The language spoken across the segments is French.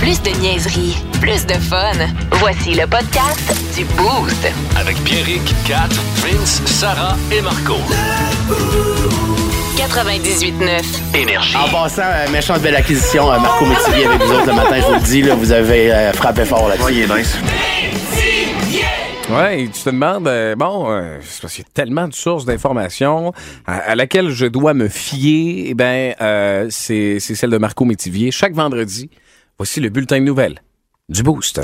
Plus de niaiserie, plus de fun. Voici le podcast du Boost. Avec Pierrick, Kat, Vince, Sarah et Marco. 98.9. Énergie. En passant, euh, méchante belle acquisition, euh, Marco Métivier avec vous autres le matin, je vous le dis, là, vous avez euh, frappé fort là-dessus. il est nice. Ouais, et tu te demandes, euh, bon, euh, c'est parce qu'il y a tellement de sources d'informations à, à laquelle je dois me fier, eh ben, euh, c'est c'est celle de Marco Métivier. Chaque vendredi, voici le bulletin de nouvelles du Boost.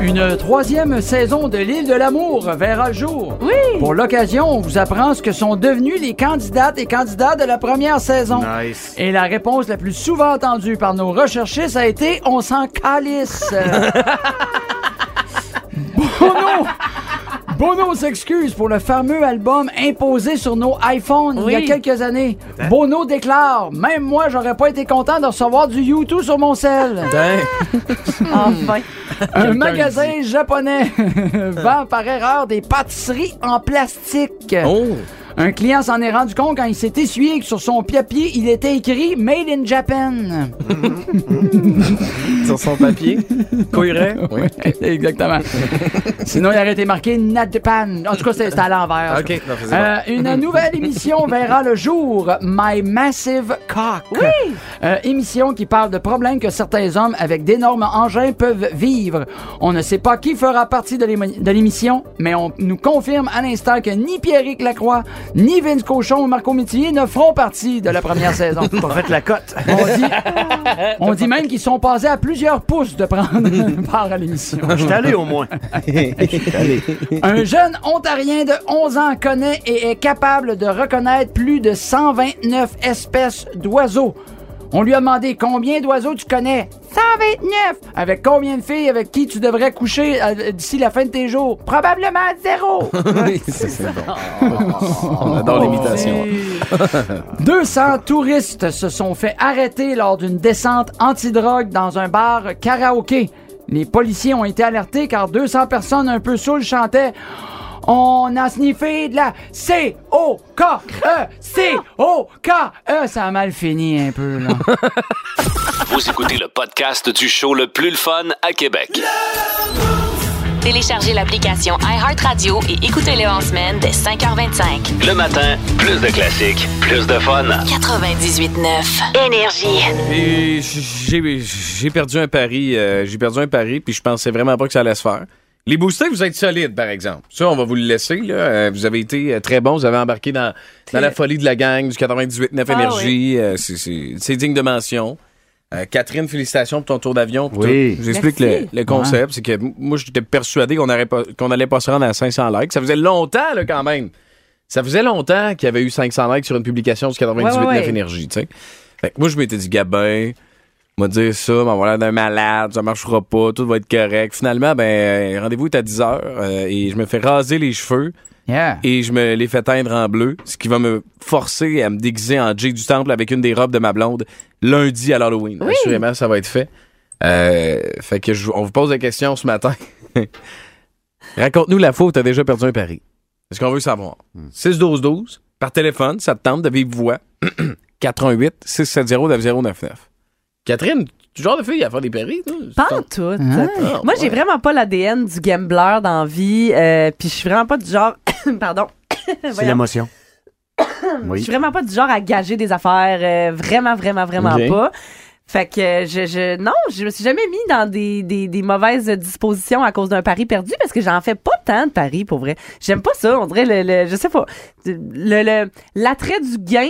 Une troisième saison de l'île de l'amour verra le jour. Oui. Pour l'occasion, on vous apprend ce que sont devenus les candidates et candidats de la première saison. Nice. Et la réponse la plus souvent entendue par nos recherchistes a été on s'en calisse. Bono Bono s'excuse pour le fameux album imposé sur nos iPhones il y a quelques années. Bono déclare Même moi, j'aurais pas été content de recevoir du YouTube sur mon sel. Un magasin japonais vend par erreur des pâtisseries en plastique. Oh! Un client s'en est rendu compte quand il s'est essuyé que sur son papier, il était écrit Made in Japan. Sur son papier, cohérent. Oui. Exactement. Sinon, il aurait été marqué Not Japan. En tout cas, c'est- c'était à l'envers. OK, non, c'est bon. Euh, une nouvelle émission verra le jour, My Massive Cock. Oui! émission qui parle de problèmes que certains hommes avec d'énormes engins peuvent vivre. On ne sait pas qui fera partie de l'émo- de l'émission, mais on nous confirme à l'instant que ni Pierrick Lacroix, ni Vince Cochon ou Marco Métivier ne feront partie de la première saison. Faites la cote. On dit, on dit même qu'ils sont passés à plusieurs pouces de prendre part à l'émission. J'étais allé au moins. Un jeune Ontarien de 11 ans connaît et est capable de reconnaître plus de 129 espèces d'oiseaux. On lui a demandé combien d'oiseaux tu connais. 129! Avec combien de filles avec qui tu devrais coucher euh, d'ici la fin de tes jours? Probablement zéro! Oui, c'est c'est bon. On adore l'imitation. 200 touristes se sont fait arrêter lors d'une descente antidrogue dans un bar karaoké. Les policiers ont été alertés car 200 personnes un peu saoules chantaient On a sniffé de la C-O-K-E, C-O-K-E. E Ça a mal fini un peu, là. Vous écoutez le podcast du show le plus le fun à Québec. Téléchargez l'application iHeartRadio et écoutez-le en semaine dès 5h25. Le matin, plus de classiques, plus de fun. 98.9. Énergie. Et j'ai j'ai perdu un pari, euh, j'ai perdu un pari, puis je pensais vraiment pas que ça allait se faire. Les boostés, vous êtes solides, par exemple. Ça, on va vous le laisser. Là. Euh, vous avez été euh, très bons. Vous avez embarqué dans, dans la folie de la gang du 98-9 Énergie. Euh, c'est- c'est c'est digne de mention. Euh, Catherine, félicitations pour ton tour d'avion. puis Oui. tout. J'explique le, le concept. C'est que m- moi, j'étais persuadé qu'on n'allait pas, qu'on allait pas se rendre à 500 likes. Ça faisait longtemps, là, quand même. Ça faisait longtemps qu'il y avait eu 500 likes sur une publication du 98.9 Ouais, ouais, ouais. Énergie, tu sais. Fait que moi, je m'étais dit, Gabin, m'a dire ça, m'en voilà d'un malade, ça marchera pas, tout va être correct. Finalement, ben, euh, rendez-vous est à 10 h et je me fais raser les cheveux Yeah. et je me les fais teindre en bleu, ce qui va me forcer à me déguiser en Jay du Temple avec une des robes de ma blonde lundi à l'Halloween. Assurément, ça va être fait. Euh, fait que je- on vous pose la question ce matin. Raconte-nous la fois où t'as déjà perdu un pari. Est-ce qu'on veut savoir? 6-12-12, par téléphone, ça te tente de vive voix. 88 670 9099 Catherine, tu genre de fille à faire des paris, toi? Pas en tout. Ah, Moi, j'ai ouais. vraiment pas l'ADN du gambler dans la vie. euh, Puis je suis vraiment pas du genre. Pardon. C'est Voyons. l'émotion. Je Oui. suis vraiment pas du genre à gager des affaires. euh, vraiment, vraiment, vraiment Ok. pas. Fait que euh, je, je. Non, je me suis jamais mis dans des, des, des mauvaises dispositions à cause d'un pari perdu parce que j'en fais pas tant de paris, pour vrai. J'aime pas ça. On dirait le. le- je sais pas. le- le- L'attrait du gain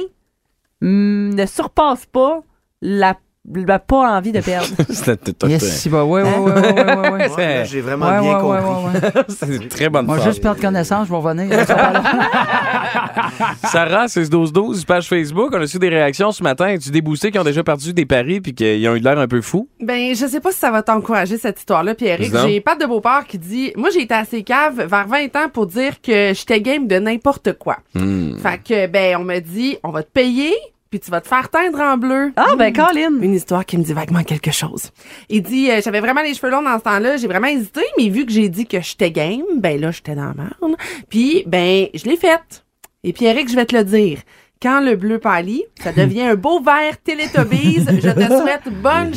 hum, ne surpasse pas la, la pas envie de perdre. C'était tout- Yes, bah ouais, ouais, ouais, ouais, ouais, ouais, ouais. C'est- Ouais, là, J'ai vraiment Ouais, bien ouais, ouais, compris. ouais, ouais. C'est une très bonne Moi, phrase. juste perdre connaissance, je vais revenir. Ça va là. Ah. Sarah, 6-12-12, page Facebook. On a reçu des réactions ce matin. Tu déboosté qui ont déjà perdu des paris puis qu'ils ont eu l'air un peu fous. Ben, je sais pas si ça va t'encourager cette histoire-là, Pierrick. Dis donc. J'ai Pat de Beauport qui dit Moi, j'ai été assez cave vers 20 ans pour dire que j'étais game de n'importe quoi. Fait que, ben, on me dit On va te payer, puis tu vas te faire teindre en bleu. Ah, ben, Colin! Une histoire qui me dit vaguement quelque chose. Il dit euh, J'avais vraiment les cheveux longs dans ce temps-là, j'ai vraiment hésité, mais vu que j'ai dit que j'étais game, ben là, j'étais dans la merde. Puis, ben, je l'ai faite. Et Pierrick, je vais te le dire. Quand le bleu pâlit, ça devient un beau vert Télétobies. Je te souhaite bonne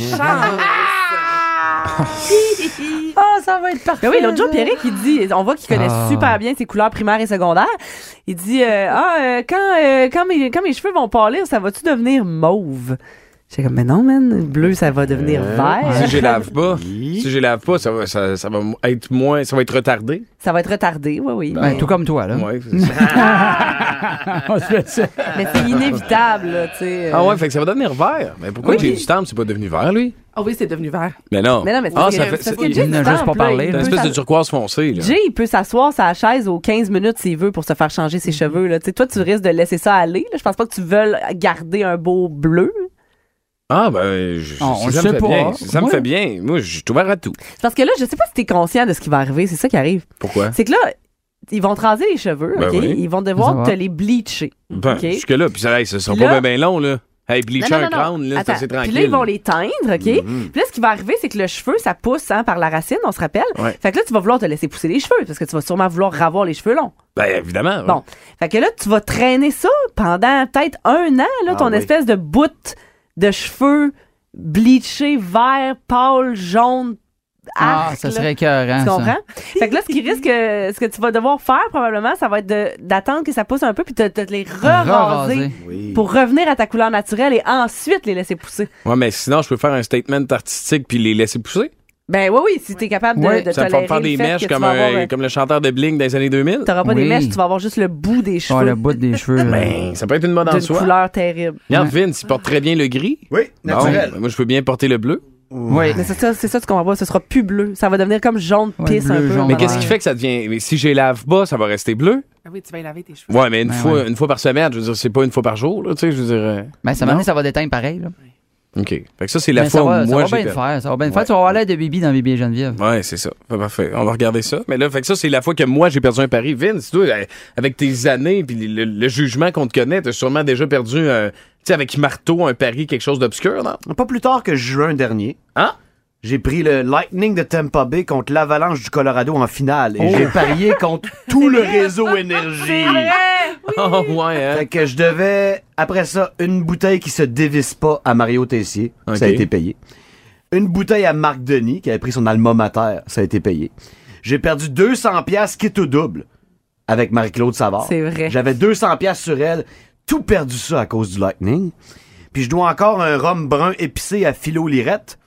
chance. Ah, ça va être parfait. Ben oui, l'autre jour, Pierrick, il dit, on voit qu'il connaît Ah. super bien ses couleurs primaires et secondaires. Il dit, euh, ah, euh, quand, euh, quand, mes, quand mes cheveux vont pâlir, ça va-tu devenir mauve? J'étais comme, mais non, man, le bleu, ça va devenir Euh, vert. Si je les lave pas, si je les lave pas, ça va, ça, ça va être moins, ça va être retardé. Ça va être retardé, oui, oui. Ben, tout comme toi, là. Ouais, c'est ça. On se fait ça. Mais c'est inévitable, là, tu sais. euh, ah ouais, fait que ça va devenir vert. Mais pourquoi Oui. j'ai du temple, c'est pas devenu vert, lui? Ah oui, c'est devenu vert. Mais non. Mais non, mais c'est ah, parce ça que- fait, c'est parce c'est que Jay, il n'a du juste pas temple, là, parlé, il une là. peut espèce de s'as- turquoise foncé, là. Jay, il peut s'asseoir sa chaise aux 15 minutes s'il veut pour se faire changer Mm-hmm. ses cheveux. Là. Tu sais, Toi, tu risques de laisser ça aller. Là. Je pense pas que tu veux garder un beau bleu. Ah, ben, je, Ah, on ça le me sait fait pas, bien. hein. Ça me Ouais. fait bien. Moi, je suis ouvert à tout. C'est Parce que là, je sais pas si t'es conscient de ce qui va arriver. C'est ça qui arrive. Pourquoi? C'est que là, ils vont te raser les cheveux, Ben OK? oui. Ils vont Ça devoir va. te les bleacher. Ben, OK. jusque-là, puis ça, hey, ça sera Là- pas bien ben long, là. Hey, bleacher Non, non, un non, non. crâne, là, c'est Attends. assez tranquille. Mhm. Puis là, ils vont les teindre, OK? Puis là, ce qui va arriver, c'est que le cheveu, ça pousse hein, par la racine, on se rappelle. Ouais. Fait que là, tu vas vouloir te laisser pousser les cheveux parce que tu vas sûrement vouloir ravoir les cheveux longs. Ben, évidemment. ouais. Bon. Fait que là, tu vas traîner ça pendant peut-être un an, là, Ah ton oui. espèce de bout de cheveux bleachés, vert, pâle, jaune, Ah, arc, ça là. serait écœurant, Tu Ah, ça. comprends? fait que là, ce qui risque, euh, ce que tu vas devoir faire probablement, ça va être de- d'attendre que ça pousse un peu puis de te les Re-raser. re-raser pour revenir à ta couleur naturelle et ensuite les laisser pousser. Ouais, mais sinon, je peux faire un statement artistique puis les laisser pousser. Ben oui, oui, si t'es capable de, Ouais, de Ça me tolérer fait faire le des fait mèches que comme, tu vas un- avoir, euh, comme le chanteur de Bling des années 2000. t'auras pas des Oui. mèches, tu vas avoir juste le bout des Ah, cheveux le bout des cheveux. là. Ben, ça peut être une mode en d'une soi. couleur terrible. Regarde, Vince, il porte très bien le gris. Oui, Bon, naturel. ben, moi, je peux bien porter le bleu. oui. Mais c'est ça, c'est ça ce qu'on va voir. Ce sera plus bleu. Ça va devenir comme jaune Ouais, pisse un bleu, peu. jaune. Mais Ouais. qu'est-ce qui fait que ça devient. mais si j'ai lave bas, ça va rester bleu. Ah oui, tu vas y laver tes cheveux. Ouais, mais une, Ben fois, ouais. une fois par semaine, je veux dire, c'est pas une fois par jour, là, tu sais, je veux dire. euh, Ben, ça, Non. maintenant, ça va déteindre pareil. Là. OK. Fait que ça, c'est la Mais fois ça va, où ça moi, va bien j'ai le perdu. faire. Ça va bien le faire. Ouais. Tu vas avoir l'air de Bibi dans Bibi et Geneviève. Ouais, c'est ça. Fait parfait. On va regarder ça. Mais là, fait que ça, c'est la fois que moi, j'ai perdu un pari. Vince, toi, euh, avec tes années puis le, le jugement qu'on te connaît, t'as sûrement déjà perdu, euh, tu sais, avec marteau, un pari, quelque chose d'obscur, non? Pas plus tard que juin dernier. Hein? J'ai pris le Lightning de Tampa Bay contre l'Avalanche du Colorado en finale et j'ai parié contre tout le réseau énergie. Oh, ouais, hein? Fait Euh, que je devais, après ça, une bouteille qui se dévisse pas à Mario Tessier. Ok. Ça a été payé. Une bouteille à Marc Denis, qui avait pris son alma mater. Ça a été payé. J'ai perdu 200 pièces qui au double avec Marie-Claude Savard. C'est vrai. J'avais 200 pièces sur elle. Tout perdu ça à cause du Lightning. Puis je dois encore un rhum brun épicé à Philo Lirette.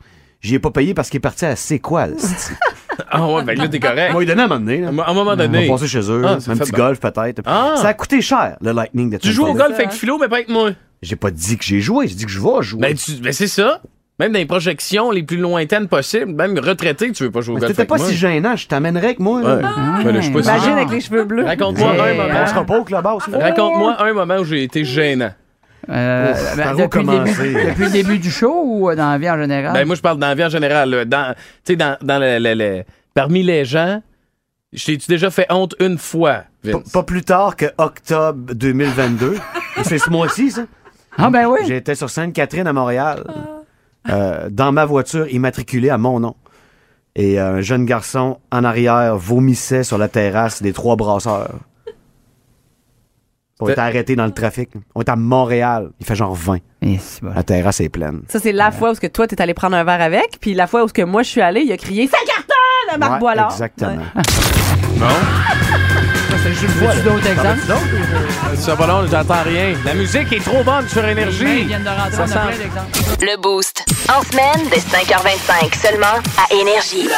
J'y ai pas payé parce qu'il est parti à C'est quoi, le sti? Ah, ouais, fait que là, t'es correct. Moi, il donnait à un moment donné, là. À un moment On donné. va passer chez eux, Ah, là. ça un fait petit bien. golf peut-être. Ah. Ça a coûté cher, le Lightning de Tu joues au Tampa Bay. golf avec Philo, mais pas avec moi. J'ai pas dit que j'ai joué, j'ai dit que je vais jouer. Ben, tu, ben, c'est ça. Même dans les projections les plus lointaines possibles, même retraité, tu veux pas jouer au Mais golf t'étais avec pas moi. si gênant, je t'amènerais avec moi. Ouais. là. Ben là, je suis pas si- Imagine Ah. avec les cheveux bleus. Raconte-moi Hey, un On moment. sera pas au clubhouse. là. Raconte-moi un moment où j'ai été gênant. Euh, Ouf, ben, par où depuis, le commencer? début, depuis le début du show ou euh, dans la vie en général? Ben, moi, je parle dans la vie en général. là. Dans, tu sais, dans, dans le, le- le- parmi les gens, je t'ai-tu déjà fait honte une fois, P- Vince? Pas plus tard que octobre 2022. Et C'est ce mois-ci, ça. ah ben oui. J'étais sur Sainte-Catherine à Montréal, euh, dans ma voiture immatriculée à mon nom. Et euh, un jeune garçon en arrière vomissait sur la terrasse des trois brasseurs. On était C'était- arrêté dans le trafic. On est à Montréal. Il fait genre 20. Eh, c'est bon. La terrasse est pleine. Ça, c'est la fois où ce que toi, t'es allé prendre un verre avec, puis la fois où ce que moi, je suis allé, il a crié « Ça cartonne! » à Marc Ouais, Boilard. Exactement. Veux-tu d'autres exemples? Ça va long, j'entends rien. La musique est trop bonne sur Ben, Ils énergie. viennent de rentrer, Ça on a sent- plein d'exemples. Le Boost. En semaine, dès 5h25, seulement à Énergie.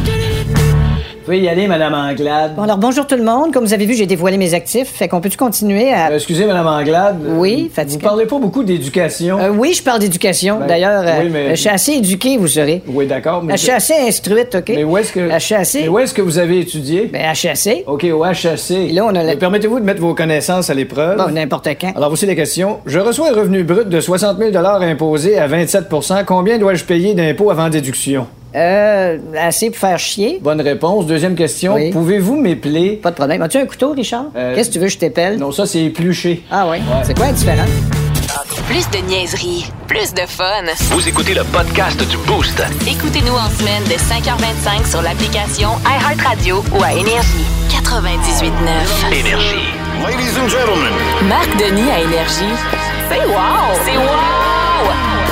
Vous pouvez y aller, Madame Anglade. Bon, alors bonjour tout le monde. Comme vous avez vu, j'ai dévoilé mes actifs. Fait qu'on peut-tu continuer à. Euh, excusez, Madame Anglade. Oui, Vous fatigué. parlez pas beaucoup d'éducation. Euh, oui, je parle d'éducation. Ben, D'ailleurs, euh, oui, mais- je suis assez éduquée, vous serez. oui, d'accord. Mais, Je suis assez instruite, OK? mais où est-ce que. À chasser. Mais où est-ce que vous avez étudié? Ben, à chasser. OK, au HAC. là, on a la- Mais Permettez-vous de mettre vos connaissances à l'épreuve. Bon, n'importe quand. Alors, voici les questions. Je reçois un revenu brut de 60 000 imposé à 27 Combien dois-je payer d'impôts avant déduction? Euh, assez pour faire chier. Bonne réponse. Deuxième question. Oui. Pouvez-vous m'épeler? Pas de problème. As-tu un couteau, Richard? Euh, Qu'est-ce que tu veux que je t'épelle? Non, ça, c'est épluché. Ah ouais. C'est quoi la différence? Plus de niaiserie, plus de fun. Vous écoutez le podcast du Boost. Écoutez-nous en semaine de 5h25 sur l'application iHeartRadio ou à Énergie. 98.9. Énergie. Ladies and gentlemen, Marc Denis à Énergie. C'est wow! C'est wow!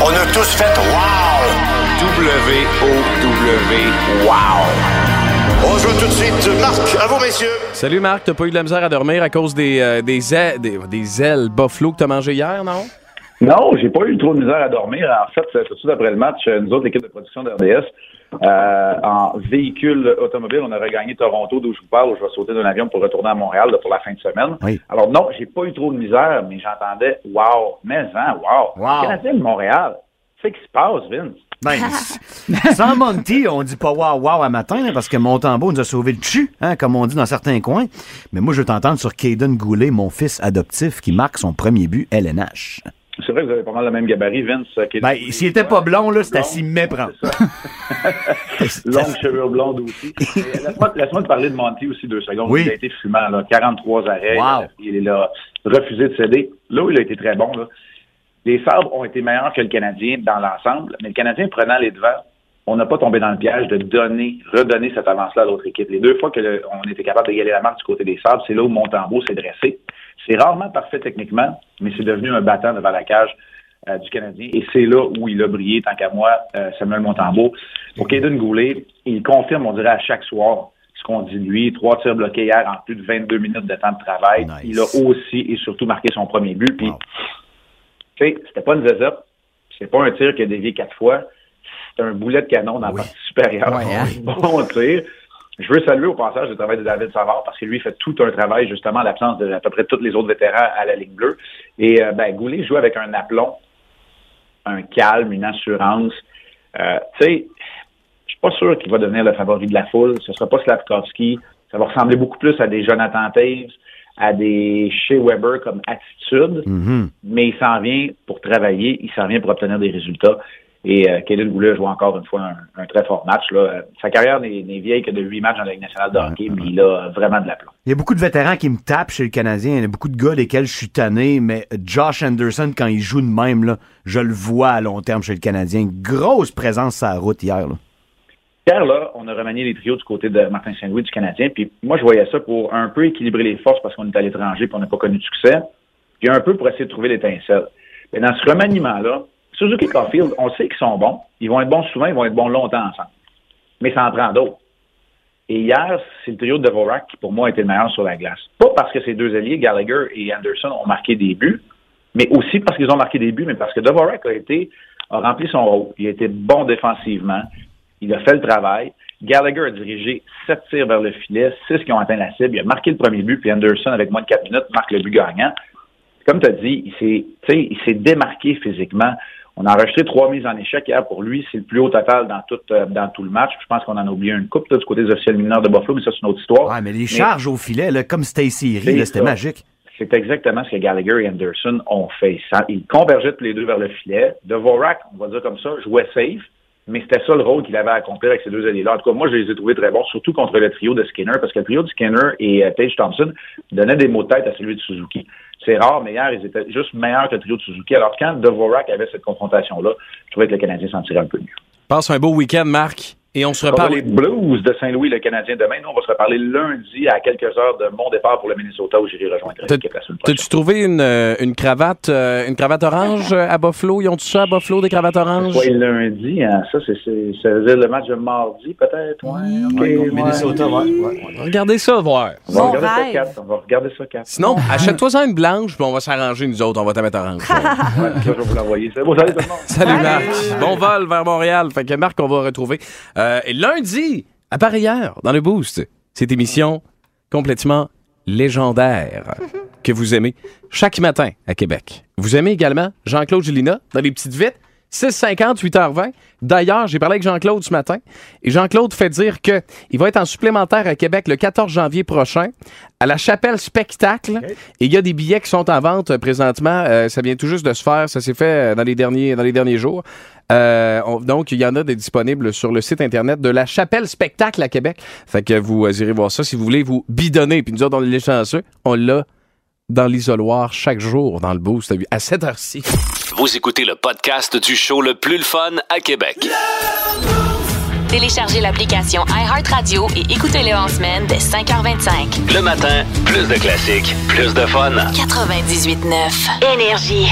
on a tous fait wow! W-O-W, wow! On joue tout de suite Marc, à vous messieurs! Salut Marc, t'as pas eu de la misère à dormir à cause des, euh, des, ailes, des, des ailes buffalo que t'as mangé hier, non? Non, j'ai pas eu trop de misère à dormir. En fait, c'est tout de suite après le match, euh, nous autres, l'équipe de production d'RDS, euh, en véhicule automobile, on a regagné Toronto, d'où je vous parle, où je vais sauter d'un avion pour retourner à Montréal là, pour la fin de semaine. Oui. Alors non, j'ai pas eu trop de misère, mais j'entendais « wow »,« mais hein, wow ». Wow. Canadien de Montréal, c'est qui se passe, Vince? Ben, s- sans Monty, on dit pas wow wow à matin, là, parce que Montembeau nous a sauvé le chu, hein, comme on dit dans certains coins. Mais moi, je veux t'entendre sur Caden Goulet, mon fils adoptif, qui marque son premier but LNH. C'est vrai que vous avez pas mal le même gabarit, Vince. euh, qui est- Ben, s'il était pas blond, là, c'était à s'y méprendre. Longue chevelure blonde aussi. Et Laisse-moi laisse-moi te parler de Monty aussi deux secondes. Oui. Il a été euh, fumant, là, 43 arrêts. Wow. Il a refusé de céder. Là où il a été très bon, là, les Sabres ont été meilleurs que le Canadien dans l'ensemble, mais le Canadien prenant les devants, on n'a pas tombé dans le piège de donner, redonner cette avance-là à l'autre équipe. Les deux fois qu'on était capable de d'égaler la marque du côté des Sabres, c'est là où Montembeau s'est dressé. C'est rarement parfait techniquement, mais c'est devenu un battant devant la cage euh, du Canadien. Et c'est là où il a brillé, tant qu'à moi, euh, Samuel Montembeau. Pour Kaden Goulet, il confirme, on dirait, à chaque soir ce qu'on dit de lui. Trois tirs bloqués hier en plus de 22 minutes de temps de travail. Nice. Il a aussi et surtout marqué son premier but. Puis, tu sais, c'était pas une zézop. C'est pas un tir qui a dévié quatre fois. C'est un boulet de canon dans la partie supérieure. Ouais, hein? Bon tir. Je veux saluer au passage le travail de David Savard parce que lui fait tout un travail justement à l'absence de à peu près tous les autres vétérans à la ligne bleue. Et euh, ben, Goulet joue avec un aplomb, un calme, une assurance. Euh, tu sais, je suis pas sûr qu'il va devenir le favori de la foule. Ce sera pas Slavkovski. Ça va ressembler beaucoup plus à des Jonathan Taves, à des Shea Weber comme attitude Mhm. mais il s'en vient pour travailler, il s'en vient pour obtenir des résultats. Et euh, Kevin Goulet joue encore une fois un, un très fort match. Là. Euh, Sa carrière n'est n'est vieille que de huit matchs en Ligue nationale de hockey, mais il a vraiment de l'aplomb. Il y a beaucoup de vétérans qui me tapent chez le Canadien. Il y a beaucoup de gars desquels je suis tanné, mais Josh Anderson, quand il joue de même, là, je le vois à long terme chez le Canadien. Grosse présence sur la route hier. Là. Hier, là, on a remanié les trios du côté de Martin Saint-Louis du Canadien. Puis moi, je voyais ça pour un peu équilibrer les forces parce qu'on est à l'étranger et on n'a pas connu de succès. Puis un peu pour essayer de trouver l'étincelle. Mais dans ce remaniement-là, Suzuki et Caulfield, on sait qu'ils sont bons. Ils vont être bons souvent, ils vont être bons longtemps ensemble. Mais ça en prend d'autres. Et hier, c'est le trio de Dvorak qui, pour moi, a été le meilleur sur la glace. Pas parce que ces deux alliés, Gallagher et Anderson, ont marqué des buts, mais aussi parce qu'ils ont marqué des buts, mais parce que Dvorak a été, a rempli son rôle. Il a été bon défensivement. Il a fait le travail. Gallagher a dirigé sept tirs vers le filet, six qui ont atteint la cible. Il a marqué le premier but, puis Anderson, avec moins de quatre minutes, marque le but gagnant. Comme tu as dit, il s'est, tu sais, il s'est démarqué physiquement. On a enregistré trois mises en échec hier pour lui. C'est le plus haut total dans tout, euh, dans tout le match. Je pense qu'on en a oublié une coupe du côté des officiels mineurs de Buffalo, mais ça, c'est une autre histoire. Ouais, mais les charges au filet, là, comme Stacy C'est Hill, là, c'était ça. magique. C'est exactement ce que Gallagher et Anderson ont fait. Ils s'en- Ils convergeaient tous les deux vers le filet. Dvorak, on va dire comme ça, jouait safe, mais c'était ça le rôle qu'il avait à accomplir avec ces deux alliés-là. En tout cas, moi, je les ai trouvés très bons, surtout contre le trio de Skinner, parce que le trio de Skinner et euh, Paige Thompson donnaient des mots de tête à celui de Suzuki. C'est rare, mais hier, ils étaient juste meilleurs que le trio de Suzuki. Alors, quand Dvorak avait cette confrontation-là, je trouvais que le Canadien s'en tirait un peu mieux. Passe un beau week-end, Marc, et on se Ah, On va reparle. les Blues de Saint-Louis, le Canadien, demain. Nous, on va se reparler lundi à quelques heures de mon départ pour le Minnesota, où j'irai rejoindre T'as- l'équipe la semaine prochaine. T'as-tu trouvé une, euh, une cravate euh, une cravate orange euh, à Buffalo? Ils ont-tu ça à Buffalo, des cravates oranges? Ouais, lundi, hein. ça, c'est, c'est, ça veut dire le match de mardi, peut-être. Ouais, ok, ouais. Regardez ça, voir. On va Mon regarder rêve. ça quatre. On va regarder ça quatre. Sinon, achète-toi ça une blanche, puis on va s'arranger, nous autres. On va te mettre orange. Ouais, ça, je vais vous l'envoyer. C'est bon, salut tout le monde. Salut, Marc. Bon vol vers Montréal. Fait que Marc, on va retrouver euh, et lundi, à pareille heure, dans le Boost. Cette émission complètement légendaire que vous aimez chaque matin à Québec. Vous aimez également Jean-Claude Gélina dans les petites vites, 6h50, 8h20. D'ailleurs, j'ai parlé avec Jean-Claude ce matin et Jean-Claude fait dire que il va être en supplémentaire à Québec le 14 janvier prochain à la Chapelle Spectacle et il y a des billets qui sont en vente euh, présentement. Euh, ça vient tout juste de se faire, ça s'est fait euh, dans les derniers dans les derniers jours. Euh, on- donc, il y en a des disponibles sur le site internet de la Chapelle Spectacle à Québec. Fait que vous euh, irez voir ça si vous voulez vous bidonner. Puis nous autres, on est les chanceux. On l'a dans l'isoloir chaque jour dans le boost à cette heure-ci. Vous écoutez le podcast du show le plus le fun à Québec. Téléchargez l'application iHeartRadio et écoutez-le en semaine dès 5h25. Le matin, plus de classiques, plus de fun. 98.9 Énergie.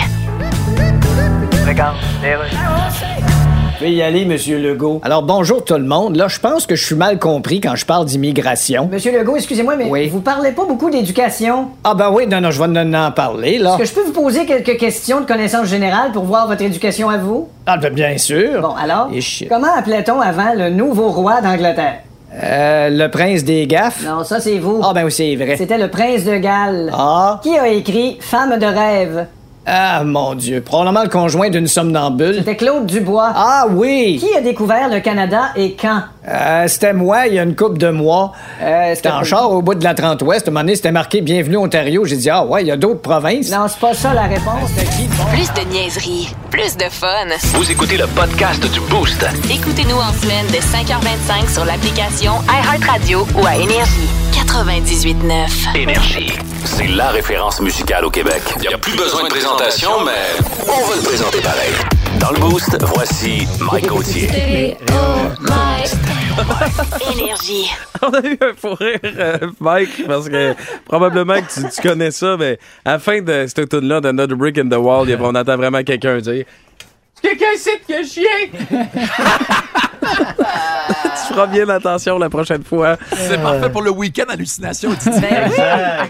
Je vais y aller, Monsieur Legault. Alors, bonjour tout le monde. Là, je pense que je suis mal compris quand je parle d'immigration. Monsieur Legault, excusez-moi, mais Oui. vous parlez pas beaucoup d'éducation. Ah ben oui, non, non, je vais en en parler, là. Est-ce que je peux vous poser quelques questions de connaissance générale pour voir votre éducation à vous? Ah ben bien sûr. Bon, alors, Et shit. comment appelait-on avant le nouveau roi d'Angleterre? Euh, le prince des gaffes. Non, ça c'est vous. Ah ben oui, c'est vrai. C'était le prince de Galles. Ah. Qui a écrit Femme de rêve? Ah mon Dieu, probablement le conjoint d'une somnambule. C'était Claude Dubois. Ah oui. Qui a découvert le Canada et quand? Euh, c'était moi, il y a une couple de mois. c'était en Euh, pas- char au bout de la 30 Ouest. À un moment donné, c'était marqué Bienvenue Ontario. J'ai dit, ah ouais, il y a d'autres provinces. Non, c'est pas ça la réponse. Plus de niaiserie, plus de fun. Vous écoutez le podcast du Boost. Écoutez-nous en semaine dès 5h25 sur l'application iHeartRadio ou à Énergie. 98.9 Énergie. C'est la référence musicale au Québec. Il n'y a plus besoin de présentation, mais on va le présenter pareil. Dans le Boost, voici Mike Gauthier. Énergie. On a eu un fou rire, euh, Mike, parce que probablement que tu, tu connais ça, mais à la fin de cette tune-là, d'Another Brick in the Wall, il y a- on entend vraiment quelqu'un dire Quelqu'un sait que je viens. Tu feras bien attention la prochaine fois. C'est parfait pour le week-end hallucination, Didi.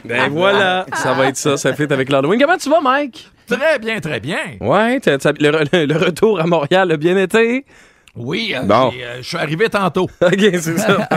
Ben voilà, ça va être ça, ça fait avec l'Halloween. Comment tu vas, Mike? Très bien, très bien. Ouais, t'as- t'as- le, re- le retour à Montréal a bien été. Oui, euh, Bon. j'ai, euh, je suis arrivé tantôt. OK, c'est ça.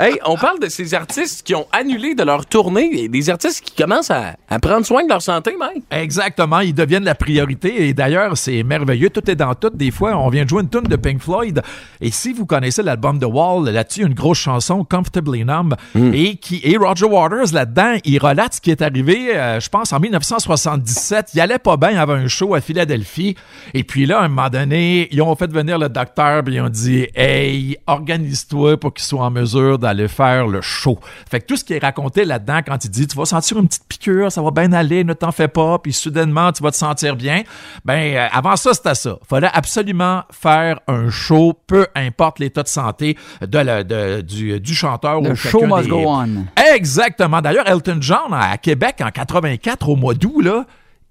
hey, on parle de ces artistes qui ont annulé de leur tournée, et des artistes qui commencent à, à prendre soin de leur santé, Mike. Exactement, ils deviennent la priorité et d'ailleurs, c'est merveilleux, tout est dans tout. Des fois, on vient de jouer une tune de Pink Floyd et si vous connaissez l'album The Wall, là-dessus, une grosse chanson, Comfortably Numb, et, qui, et Roger Waters, là-dedans, il relate ce qui est arrivé, euh, je pense, en 1977. Il allait pas bien avant un show à Philadelphie et puis là, à un moment donné, ils ont fait venir le docteur puis ils ont dit « Hey, organise-toi pour qu'il soit en mesure d'aller faire le show. » Fait que tout ce qui est raconté là-dedans, quand il dit « Tu vas sentir une petite piqûre, ça va bien aller, ne t'en fais pas, puis soudainement, tu vas te sentir bien. » Ben, euh, avant ça, c'était ça. Fallait absolument faire un show, peu importe l'état de santé de la- de- du, du chanteur Le ou show chacun must des- go on. Exactement. D'ailleurs, Elton John, à Québec, en 84, au mois d'août, là,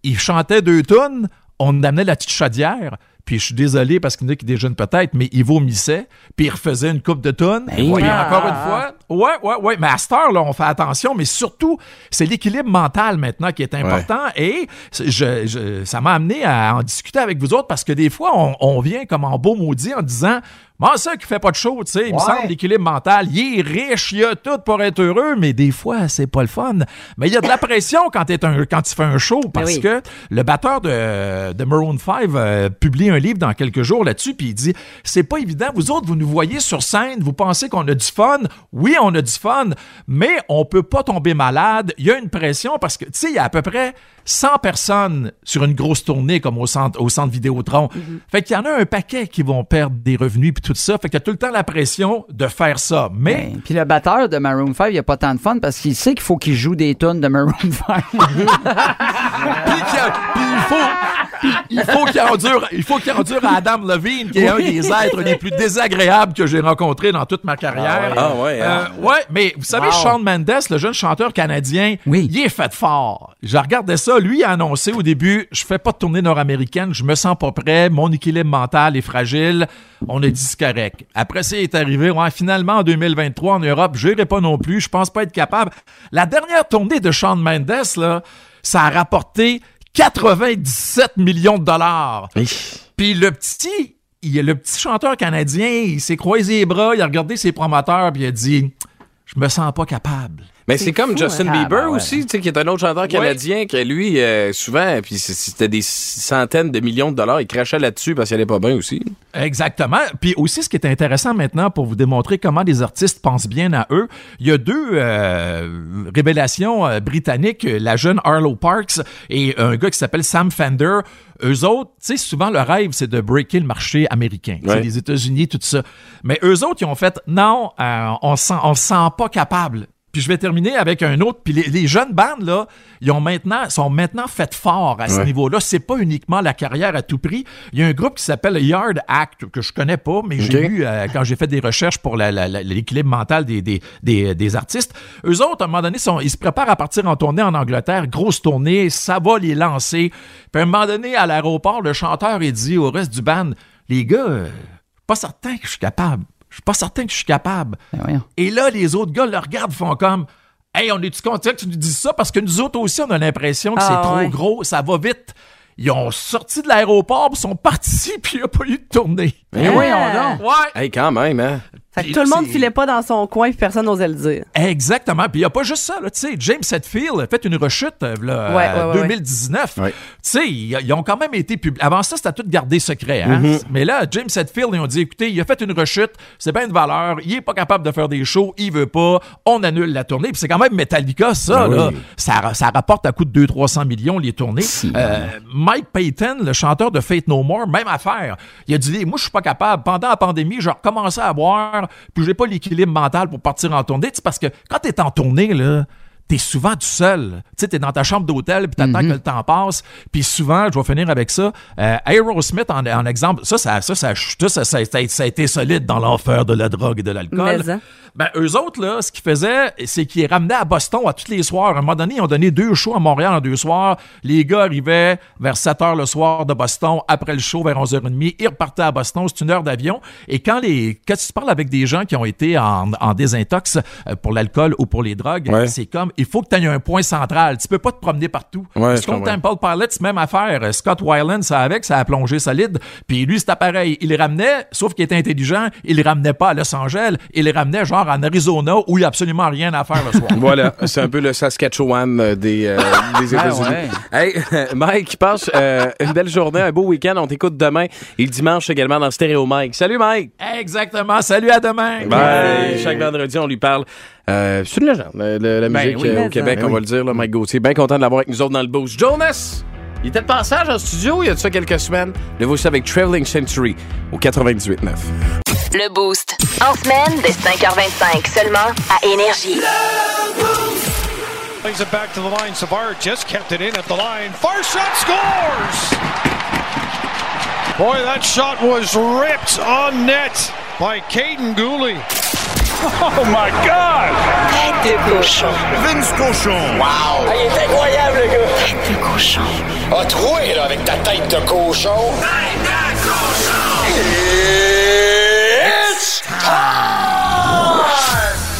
il chantait deux tonnes, on amenait la petite chaudière, puis je suis désolé parce qu'il y en a qui déjeunent peut-être, mais il vomissait, puis il refaisait une coupe de tonnes. oui. Puis Ah. encore une fois, ouais, ouais, ouais, mais à cette heure, là, on fait attention, mais surtout, c'est l'équilibre mental maintenant qui est important, et c'est- je- je- ça m'a amené à en discuter avec vous autres, parce que des fois, on, on vient comme en beau maudit en disant... Moi, ça qui fait pas de chaud, tu sais, il me Ouais. semble, l'équilibre mental, il est riche, il a tout pour être heureux, mais des fois, c'est pas le fun. Mais il y a de la pression quand, t'es un, quand tu fais un show, parce oui. que le batteur de, de Maroon 5 euh, publie un livre dans quelques jours là-dessus, puis il dit C'est pas évident, vous autres, vous nous voyez sur scène, vous pensez qu'on a du fun. Oui, on a du fun, mais on peut pas tomber malade. Il y a une pression parce que, tu sais, il y a à peu près 100 personnes sur une grosse tournée comme au centre, au centre Vidéotron. Fait qu'il y en a un paquet qui vont perdre des revenus, puis tout ça. Fait que t'as tout le temps la pression de faire ça. Mais. Ben, Puis le batteur de Maroon 5, il a pas tant de fun parce qu'il sait qu'il faut qu'il joue des tonnes de Maroon 5. Puis qu'il y a- puis il faut, puis il faut qu'il endure, il faut qu'il endure à Adam Levine, qui est un des êtres les plus désagréables que j'ai rencontrés dans toute ma carrière. Ah ouais, Euh, hein. ouais, mais vous savez, Wow. Shawn Mendes, le jeune chanteur canadien, il est fait fort. Je regardais ça, lui a annoncé au début, je fais pas de tournée nord-américaine, je me sens pas prêt, mon équilibre mental est fragile. On a dit c'est correct. Après ça, il est arrivé, ouais, finalement en 2023 en Europe, j'irai pas non plus, je pense pas être capable. La dernière tournée de Shawn Mendes là, ça a rapporté 97 millions de dollars. Puis le petit, il, le petit chanteur canadien, il s'est croisé les bras, il a regardé ses promoteurs, puis il a dit Je me sens pas capable. Mais c'est comme Justin Bieber Ah, ben ouais. aussi, tu sais, qui est un autre chanteur canadien que lui, euh, souvent, puis c- c'était des centaines de millions de dollars, il crachait là-dessus parce qu'il allait pas bien aussi. Exactement. Puis aussi, ce qui est intéressant maintenant pour vous démontrer comment les artistes pensent bien à eux, il y a deux euh, révélations euh, britanniques, euh, la jeune Arlo Parks et un gars qui s'appelle Sam Fender. Eux autres, tu sais, souvent le rêve, c'est de breaker le marché américain, tu sais, Ouais. les États-Unis, tout ça. Mais eux autres, ils ont fait non, euh, on ne sent pas capable. Puis Puis je vais terminer avec un autre. Puis les, les jeunes bandes, là, ils ont maintenant, sont maintenant faites fort à ce Ouais. niveau-là. C'est pas uniquement la carrière à tout prix. Il y a un groupe qui s'appelle Yard Act, que je connais pas, mais j'ai Ok. lu euh, quand j'ai fait des recherches pour la- la- la- l'équilibre mental des, des, des, des artistes. Eux autres, à un moment donné, sont- ils se préparent à partir en tournée en Angleterre, grosse tournée, ça va les lancer. Puis à un moment donné, à l'aéroport, le chanteur, il dit au reste du band, les gars, euh, pas certain que je suis capable. Je suis pas certain que je suis capable. Ben Et là, les autres gars le regardent, font comme, hey, on est-tu content que tu nous dises ça? Parce que nous autres aussi, on a l'impression que Ah, c'est trop ouais. gros, ça va vite. Ils ont sorti de l'aéroport, ils sont partis, puis il n'y a pas eu de tournée. Eh oui, on Ouais. Hey, quand même, hein? Fait que tout le monde filait pas dans son coin et personne n'osait le dire. Exactement. Puis il n'y a pas juste ça. là. Tu sais, James Hetfield a fait une rechute euh, v'là, Ouais, euh, ouais, ouais, 2019. Tu sais, ils ils ont quand même été publiés. Avant ça, c'était tout gardé secret. hein. Mhm. Mais là, James Hetfield, ils ont dit écoutez, il a fait une rechute, c'est bien de valeur, il n'est pas capable de faire des shows, il veut pas, on annule la tournée. Puis c'est quand même Metallica, ça. Ah oui. là. Ça, ra- ça rapporte à coût de 200-300 millions les tournées. ben Euh, Mike Payton, le chanteur de Faith No More, même affaire. Il a dit Moi, je suis pas capable. Pendant la pandémie, j'ai recommencé à boire, puis j'ai pas l'équilibre mental pour partir en tournée. C'est parce que quand tu es en tournée, là, t'es souvent tout seul. Tu sais, t'es dans ta chambre d'hôtel, puis t'attends que le temps passe. Puis souvent, je vais finir avec ça, euh, Aerosmith, en, en exemple, ça, ça, ça, ça, ça, ça, ça, ça- ça a été solide dans l'enfer de la drogue et de l'alcool. Mais, hein. Ben, eux autres, là, ce qu'ils faisaient, c'est qu'ils les ramenaient à Boston à tous les soirs. À un moment donné, ils ont donné deux shows à Montréal en deux soirs. Les gars arrivaient vers 7 h le soir de Boston. Après le show, vers 11h30, ils repartaient à Boston. C'est une heure d'avion. Et quand les, quand tu parles avec des gens qui ont été en, en désintox euh, pour l'alcool ou pour les drogues, Ouais. c'est comme, il faut que tu aies un point central. Tu peux pas te promener partout. Ouais, Tu je comptes comprends. un Paul Pilot, c'est même affaire. Euh, Scott Weiland, ça avec, ça a plongé solide. Puis lui, c'est pareil. Il le ramenait, sauf qu'il était intelligent, il le ramenait pas à Los Angeles, il le ramenait genre en Arizona où il n'y a absolument rien à faire le soir. voilà, c'est un peu le Saskatchewan euh, des, euh, des Ah, États-Unis. ouais. Hey, Mike, passe euh, une belle journée, un beau week-end. On t'écoute demain et le dimanche également dans Stéréo Mike. Salut, Mike! Exactement. Salut, à demain. Bye. Chaque vendredi, on lui parle. Euh, c'est une légende, euh, de la Ben musique oui, euh, au mais Québec, ça. on Ben va oui. le dire. là, Mike Gauthier, bien content de l'avoir avec nous autres dans le boost. Jonas, il était de passage en studio il y a de ça quelques semaines. Le voici avec Traveling Century au 98.9. Le Boost. En semaine dès 5h25 seulement à Énergie. Plays it back to the line. Savard just kept it in at the line. Far shot scores! Boy, that shot was ripped on net by Caden Gooley. Oh my God! Tête de cochon. Vince cochon. Wow! il est incroyable, le gars! Tête de cochon. A troué, là, avec ta tête de cochon. Tête de cochon! It's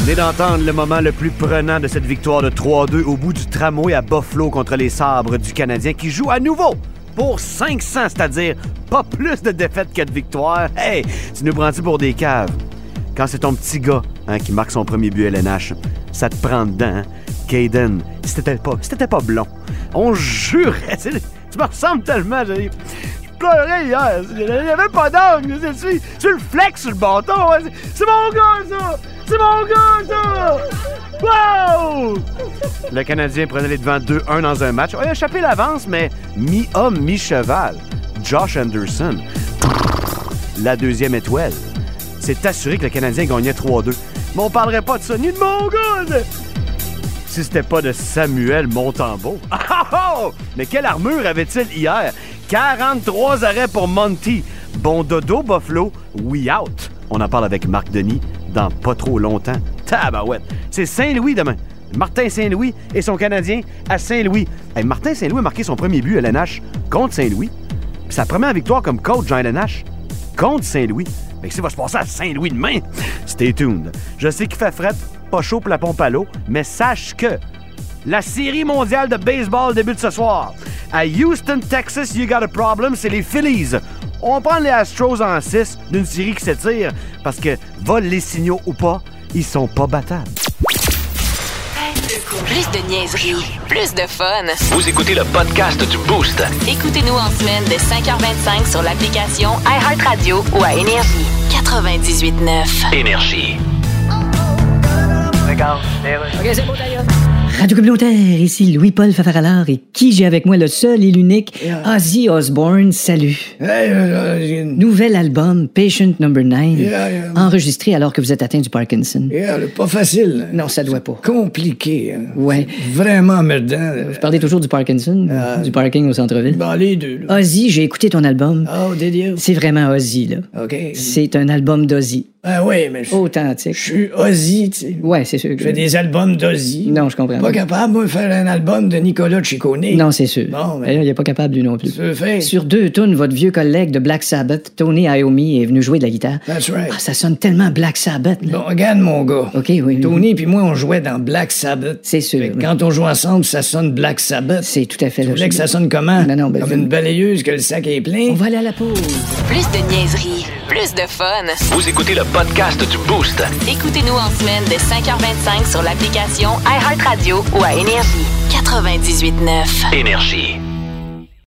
Venez d'entendre le moment le plus prenant de cette victoire de 3-2 au bout du tramway à Buffalo contre les Sabres du Canadien qui joue à nouveau pour 500, c'est-à-dire pas plus de défaites que de victoires. Hey, tu nous prends-tu pour des caves? Quand c'est ton petit gars hein, qui marque son premier but LNH, ça te prend dedans. hein? Caden, si t'étais pas, si t'étais pas blond, on jurait. Tu tu me ressembles tellement, j'ai- je pleurais hier. J'avais pas d'angle. Je suis, je suis le flex sur le bâton. hein. C'est- C'est mon gars, ça! C'est mon gars, ça! Wow! Le Canadien prenait les devants 2-1 dans un match. Oh, il a échappé l'avance, mais mi-homme, mi-cheval. Josh Anderson. La deuxième étoile. C'est assuré que le Canadien gagnait 3-2. Mais on parlerait pas de ça, ni de mon gars! si c'était pas de Samuel Montembeau. Ah, ah, ah! Mais quelle armure avait-il hier? 43 arrêts pour Monty. Bon dodo, Buffalo. We out. On en parle avec Marc Denis dans pas trop longtemps. Tabarouette. C'est Saint-Louis demain. Martin Saint-Louis et son Canadien à Saint-Louis. Hey, Martin Saint-Louis a marqué son premier but à l'NH contre Saint-Louis. Puis sa première victoire comme coach Jean LNH contre Saint-Louis. Mais ça va se passer à Saint-Louis demain. Stay tuned. Je sais qu'il fait fret, pas chaud pour la pompe à l'eau, mais sache que la série mondiale de baseball débute ce soir. À Houston, Texas, you got a problem, c'est les Phillies. On prend les Astros en 6 d'une série qui s'étire parce que, volent les signaux ou pas, ils sont pas battables. Plus de niaiserie, plus de fun. Vous écoutez le podcast du Boost. Écoutez-nous en semaine de 5h25 sur l'application iHeartRadio ou à Énergie. 98.9. Énergie. Regarde, OK, c'est beau, d'ailleurs. Radio Communautaire, ici Louis-Paul Favaralard et qui j'ai avec moi le seul et l'unique Ozzy Osbourne, salut. euh, Nouvel album, Patient Number 9, Yeah, yeah. enregistré alors que vous êtes atteint du Parkinson. Yeah, pas facile. hein. Non, ça doit pas. Compliqué. hein. Ouais. Vraiment merdant. Vous parlez toujours du Parkinson, du parking au centre-ville. Bah, les deux. là. Ozzy, j'ai écouté ton album. Oh, did you? C'est vraiment Ozzy, là. OK. C'est un album d'Ozzy. Ah oui, mais je Authentique. Je suis Ozzy, tu sais. Ouais, c'est sûr. que- je fais des albums d'Ozzy. Non, je comprends. Pas capable, moi, de faire un album de Nicolas Ciccone. Non, c'est sûr. Bon, ben, mais- D'ailleurs, il n'est pas capable, lui non plus. Tu veux faire? Sur deux tunes, votre vieux collègue de Black Sabbath, Tony Iommi, est venu jouer de la guitare. That's right. Ah, ça sonne tellement Black Sabbath. là. Bon, regarde, mon gars. OK, oui. Tony puis moi, on jouait dans Black Sabbath. C'est sûr. Fait que Quand on joue ensemble, ça sonne Black Sabbath. C'est tout à fait Tu voulais logique. que ça sonne comment? Non, non, ben, Comme c'est- une balayeuse que le sac est plein? On va aller à la pause. Plus de niaiserie, plus de fun. Vous écoutez le podcast du Boost. Écoutez-nous en semaine de 5h25 sur l'application iHeartRadio ou à Énergie. 98.9. Énergie.